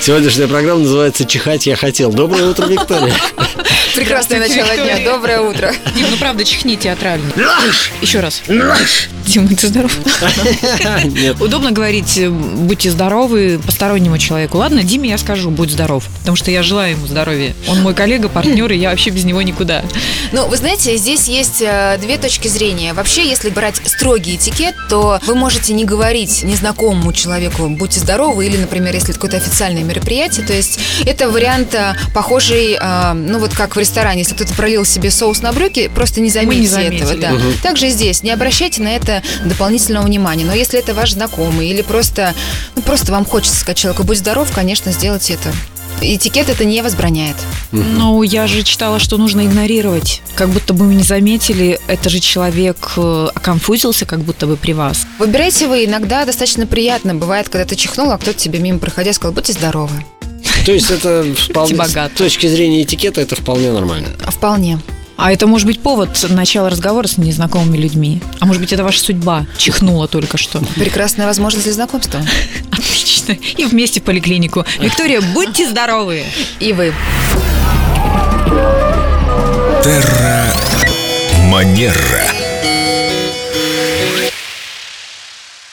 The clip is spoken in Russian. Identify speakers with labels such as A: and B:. A: Сегодняшняя программа называется «Чихать я хотел». Доброе утро, Виктория.
B: Прекрасное начало дня.
C: Виктория.
B: Доброе утро.
C: Дим, ну правда, чихни театрально. Еще раз. Дима, ты здоров?
A: Нет.
C: Удобно говорить, э, будьте здоровы постороннему человеку. Ладно, Диме я скажу, будь здоров, потому что я желаю ему здоровья. Он мой коллега, партнер, и я вообще без него никуда.
B: Ну, вы знаете, здесь есть э, две точки зрения. Вообще, если брать строгий этикет, то вы можете не говорить незнакомому человеку «будьте здоровы» или, например, если это какое-то официальное мероприятие. То есть это вариант э, похожий, э, ну вот как в ресторане. Если кто-то пролил себе соус на брюки, просто не
C: Мы
B: заметите
C: не заметили.
B: этого. Да.
A: Мгм.
B: Также и здесь не обращайте на это дополнительного внимания. Но если это ваш знакомый или просто, ну, просто вам хочется сказать человеку «будь здоров», конечно, сделайте это. Этикет это не возбраняет.
C: Но я же читала, что нужно игнорировать. Как будто бы мы не заметили, это же человек э, оконфузился, как будто бы при вас.
B: Выбирайте вы, иногда достаточно приятно. Бывает, когда ты чихнул, а кто-то тебе мимо проходя сказал, будьте здоровы.
A: То есть это вполне...
C: Богат.
A: С точки зрения этикета это вполне нормально.
B: А Вполне.
C: А это может быть повод начала разговора с незнакомыми людьми. А может быть, это ваша судьба чихнула только что.
B: Прекрасная возможность для знакомства.
C: Отлично. И вместе в поликлинику. Виктория, будьте здоровы!
B: И вы.
D: Манера.